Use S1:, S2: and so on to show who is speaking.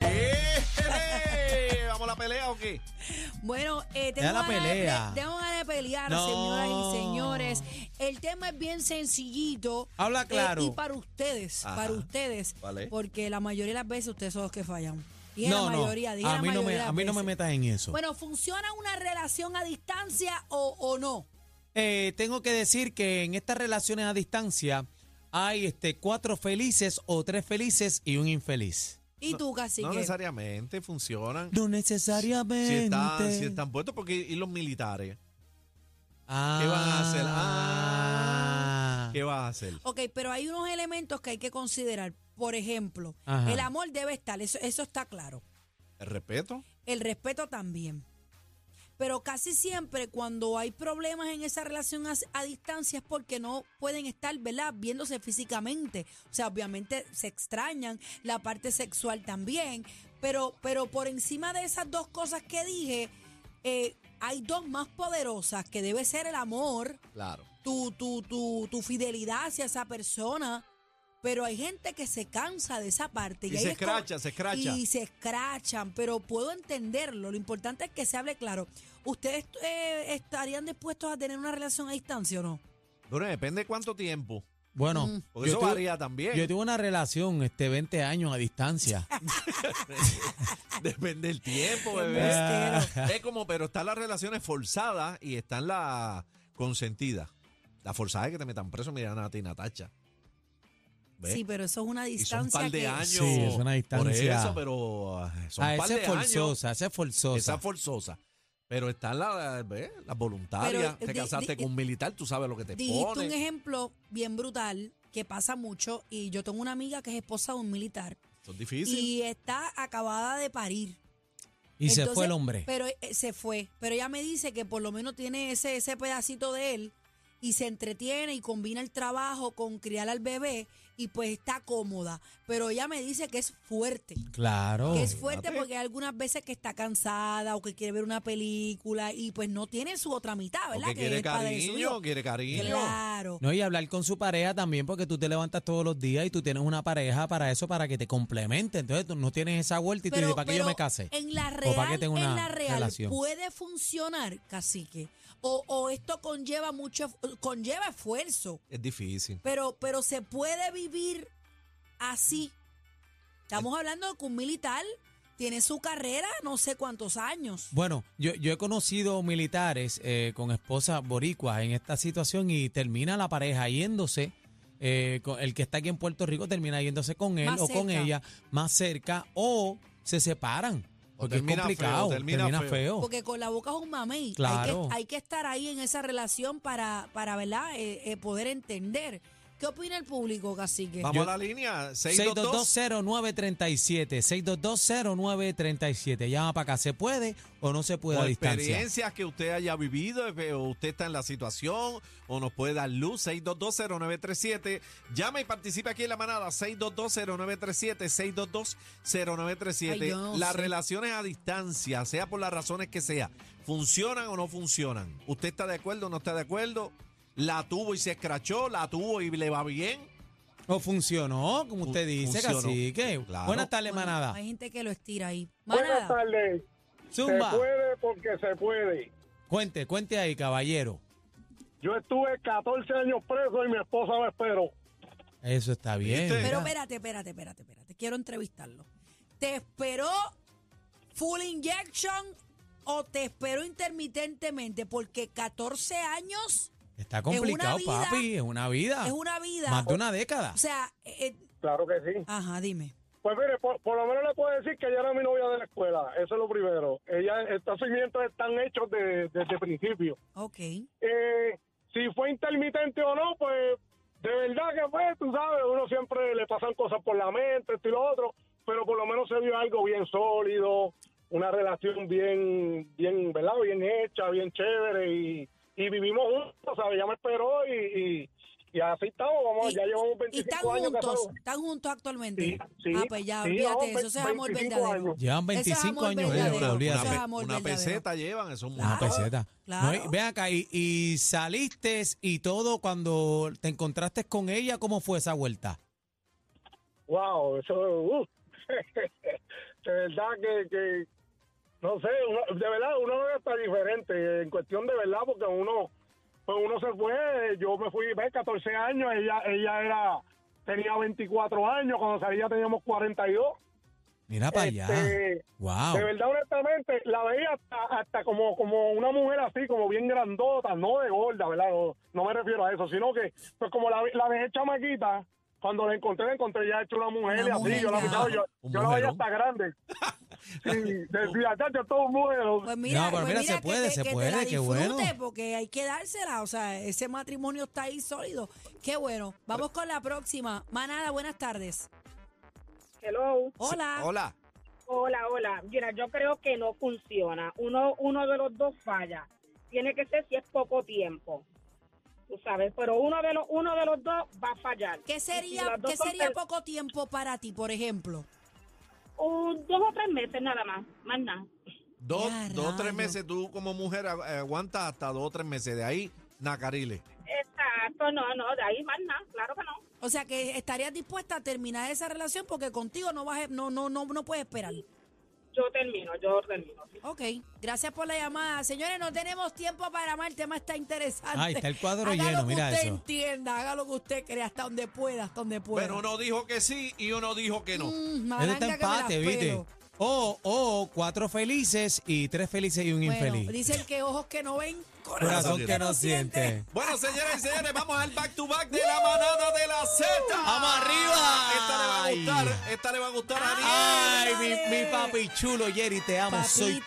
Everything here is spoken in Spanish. S1: Eh, o qué?
S2: Bueno, eh,
S3: Ya
S2: tengo,
S3: la
S2: ganas de-
S3: pelea.
S2: tengo ganas de pelear,
S3: No.
S2: señoras y señores. El tema es bien sencillito.
S3: Habla
S2: eh,
S3: claro.
S2: y para ustedes,
S3: Ajá.
S2: para ustedes.
S3: ¿Cuál es?
S2: Porque la mayoría de las veces ustedes son los que fallan. Y en
S3: No,
S2: la
S3: no,
S2: mayoría, dije
S3: a
S2: la
S3: mí no
S2: mayoría
S3: me,
S2: de las
S3: a mí no me
S2: veces.
S3: metas en eso.
S2: Bueno, ¿funciona una relación a distancia o, o no?
S3: Eh, tengo que decir que en estas relaciones a distancia hay este, cuatro felices o tres felices y un infeliz.
S2: ¿Y tú, casi
S1: No necesariamente funcionan.
S3: No necesariamente.
S1: Si están, si están puestos, porque y los militares, ¿qué van a hacer? Ah, ¿qué vas a hacer?
S2: Ok, pero hay unos elementos que hay que considerar. Por ejemplo,
S3: Ajá.
S2: el amor debe estar, eso, eso está claro.
S1: ¿El respeto?
S2: El respeto también. Pero casi siempre cuando hay problemas en esa relación a, a distancia es porque no pueden estar, ¿verdad? Viéndose físicamente. O sea, obviamente se extrañan, la parte sexual también. Pero, pero por encima de esas dos cosas que dije, eh, hay dos más poderosas que debe ser el amor
S1: Claro.
S2: tu, tu, tu, tu fidelidad hacia esa persona. Pero hay gente que se cansa de esa parte.
S1: Y
S2: ahí
S1: se
S2: es como-
S1: escracha, se escracha.
S2: Y se escrachan, pero puedo entenderlo. Lo importante es que se hable claro. ¿Ustedes eh, estarían dispuestos a tener una relación a distancia o no?
S1: Bueno, depende de cuánto tiempo.
S3: Bueno,
S1: Porque eso
S3: tuve-
S1: varía también.
S3: yo tuve una relación este, 20 años a distancia.
S1: Depende del tiempo,
S2: Qué
S1: bebé.
S2: embustero.
S1: Es como, pero están las relaciones forzadas y están las consentidas. La forzada es que te metan preso, mira, Nati y Natacha. ¿Ves?
S2: Sí, pero eso es una
S1: y
S2: distancia.
S1: son un par de
S2: que-
S1: años.
S3: Sí, es una
S1: Por
S3: distancia.
S1: eso, pero ah, son
S3: Ah,
S1: un par
S3: esa
S1: de
S3: es forzosa,
S1: años.
S3: esa es forzosa.
S1: Esa es forzosa. Pero están las ¿ves? las voluntarias. te
S2: Pero, di-
S1: casaste
S2: di-
S1: con un militar, tú sabes lo que te
S2: Dijiste un
S1: pone.
S2: ejemplo bien brutal que pasa mucho. Y yo tengo una amiga que es esposa de un militar
S1: Son difíciles.
S2: y está acabada de parir.
S3: y se
S2: Entonces,
S3: fue el hombre.
S2: Pero eh, se fue. Pero ella me dice que por lo menos tiene ese, ese pedacito de él y se entretiene y combina el trabajo con criar al bebé y pues está cómoda. Pero ella me dice que es fuerte.
S3: Claro.
S2: Que es fuerte
S1: imagínate.
S2: porque hay algunas veces que está cansada o que quiere ver una película y pues no tiene su otra mitad, ¿verdad?
S1: Porque quiere
S2: es padre de su
S1: cariño,
S2: hijo.
S1: quiere cariño.
S2: Claro.
S3: No, y hablar con su pareja también, porque tú te levantas todos los días y tú tienes una pareja para eso, para que te complemente. Entonces tú no tienes esa vuelta y tú dices, ¿para qué yo me casé?
S2: En la
S3: ¿O para qué
S2: real,
S3: tengo una
S2: en la real
S3: relación?
S2: puede funcionar, cacique. O, o esto conlleva mucho, esf- conlleva esfuerzo.
S1: Es difícil.
S2: Pero, pero se puede vivir así. Estamos hablando de que un militar tiene su carrera no sé cuántos años.
S3: Bueno, yo, yo he conocido militares eh, con esposas boricuas en esta situación y termina la pareja yéndose. eh, con- el que está aquí en Puerto Rico termina yéndose con él
S2: Más
S3: o con
S2: cerca.
S3: ella más cerca o se separan.
S1: O
S3: Porque es
S1: termina feo,
S3: complicado,
S1: termina
S3: termina,
S1: feo.
S3: feo.
S2: Porque con la boca es un mamey. Hay,
S3: Claro.
S2: que, hay que estar ahí en esa relación para, para ¿verdad? Eh, eh, poder entender. ¿Qué opina el público, cacique?
S1: Vamos
S3: Yo-
S1: a la línea. 622.
S3: 6220937, 6220937. Llama para acá, ¿se puede o no se puede
S1: o
S3: a distancia?
S1: experiencias que usted haya vivido, eh, o usted está en la situación, o nos puede dar luz, 6220937. Llama y participa aquí en la manada, 6220937,
S2: Ay,
S1: 6220937.
S2: yo no
S1: Las
S2: sé.
S1: relaciones a distancia, sea por las razones que sea, funcionan o no funcionan. ¿Usted está de acuerdo o no está de acuerdo? ¿La tuvo y se escrachó? ¿La tuvo y le va bien?
S3: ¿O funcionó, como usted
S1: Fu-
S3: dice,
S1: funcionó.
S3: así que
S1: Claro.
S3: Buenas tardes,
S2: Bueno,
S3: manada.
S2: Hay gente que lo estira ahí.
S4: Buenas
S2: Manada.
S4: tardes.
S3: Zumba.
S4: Se puede porque se puede.
S3: Cuente, cuente ahí, caballero.
S4: Yo estuve 14 años preso y mi esposa me esperó.
S3: Eso está bien.
S1: ¿Viste?
S2: Pero
S3: ¿verdad?
S2: espérate, espérate, espérate, espérate. Quiero entrevistarlo. ¿Te esperó full injection o te esperó intermitentemente? Porque 14 años
S3: Está complicado,
S2: es una vida-
S3: papi. Es una vida.
S2: es una vida.
S3: Ah, Más de una década.
S2: O sea, eh, eh,
S4: Claro que sí.
S2: ajá, dime.
S4: Pues mire, por, por lo menos le puedo decir que ella era mi novia de la escuela. Eso es lo primero. Ella, estos cimientos están hechos de- desde el principio.
S2: Ok.
S4: Eh, si fue intermitente o no, pues de verdad que fue, tú sabes, uno siempre le pasan cosas por la mente, esto y lo otro, pero por lo menos se vio algo bien sólido, una relación bien, bien, ¿verdad? Bien hecha, bien chévere y, y vivimos juntos, ¿sabes? Ya me esperó y, y, y así estamos, vamos,
S2: Y-
S4: ya llevamos
S2: Y están
S4: 25 años
S2: juntos,
S4: casados.
S2: están juntos actualmente.
S4: Sí, sí,
S2: ah, pues ya,
S4: sí,
S2: olvídate,
S4: llevamos
S2: eso es amor
S4: 25
S2: verdadero.
S4: años.
S3: Llevan
S2: Ese
S3: 25
S2: amor
S3: años
S2: verdadero,
S3: juntos,
S1: una,
S2: olvídate.
S1: una
S2: Eso es
S1: pe-
S2: amor Ah,
S1: una
S2: verdadero.
S1: peseta llevan, eso es un
S2: Claro.
S3: Una
S1: montón.
S3: peseta.
S2: Claro.
S3: No, y ven acá, y, y saliste y todo cuando te encontraste con ella, ¿cómo fue esa vuelta?
S4: Wow, eso, uh, de verdad que, que No sé, uno- de verdad, uno está diferente. En cuestión de verdad, porque uno, pues uno se fue. Yo me fui, ve, 14 años. Ella, ella era, tenía 24 años. Cuando salía teníamos 42.
S3: Mira para allá.
S4: Este,
S3: Wow.
S4: De verdad, honestamente, la veía hasta, hasta como, como una mujer así, como bien grandota, no de gorda, ¿verdad? No, no me refiero a eso, sino que, pues como la, ve- la dejé chamaquita, cuando la encontré, la encontré ya hecha una mujer
S2: Una
S4: y así,
S2: mujer
S4: yo la
S2: ya.
S4: miraba, yo,
S1: Un
S4: yo la veía
S1: mujerón.
S4: hasta grande. Sí, decía, chacho, todo un mujerón.
S2: Pues mira,
S3: No, pero
S2: pues
S3: mira, se
S2: mira,
S3: puede,
S2: que te,
S3: se
S2: que te
S3: puede,
S2: la
S3: qué bueno.
S2: disfrute, porque hay que dársela. O sea, ese matrimonio está ahí sólido. Qué bueno. Vamos con la próxima. Manada, buenas tardes.
S5: Hello.
S2: Hola.
S1: Hola.
S5: Hola, hola. Mira, yo creo que no funciona. Uno, uno de los dos falla. Tiene que ser si es poco tiempo. Tú sabes, pero uno de los, uno de los dos va a fallar.
S2: ¿Qué
S5: Y si
S2: sería,
S5: las dos
S2: qué
S5: son
S2: sería
S5: per-
S2: poco tiempo para ti, por ejemplo?
S5: un- dos o tres meses nada más, más nada.
S1: Dos,
S2: Ya,
S1: dos, tres
S2: rayos.
S1: meses, tú como mujer agu- aguantas hasta dos o tres meses. De ahí, Nacarile.
S5: Exacto, no, no, de ahí más nada, claro que no.
S2: O sea, que estarías dispuesta a terminar esa relación porque contigo no vas, a- no, no, no, no puedes esperar.
S5: Yo termino, yo termino.
S2: Ok, gracias por la llamada. Señores, no tenemos tiempo para amar. El tema está interesante.
S3: Ahí está el cuadro
S2: Haga
S3: lleno,
S2: lo que
S3: mira
S2: usted
S3: eso.
S2: entienda, haga lo que usted crea, hasta donde pueda, hasta donde pueda.
S1: Pero uno dijo que sí y uno dijo que no.
S2: Mm,
S3: Ese
S2: malanga
S3: está
S2: que me las
S3: empate, ¿viste?
S2: pelo.
S3: O o cuatro felices y tres felices y un
S2: Bueno,
S3: infeliz.
S2: dicen que ojos que no ven,
S3: Corazón
S1: que
S3: que no siente.
S1: Bueno, señoras y señores, vamos al back to back de la manada de la Z.
S3: ¡Vamos arriba!
S1: Esta le va a gustar, esta le va a gustar a Aniel.
S3: Ay, mi, mi papi chulo, Jerry, te amo. Soy
S2: Papito.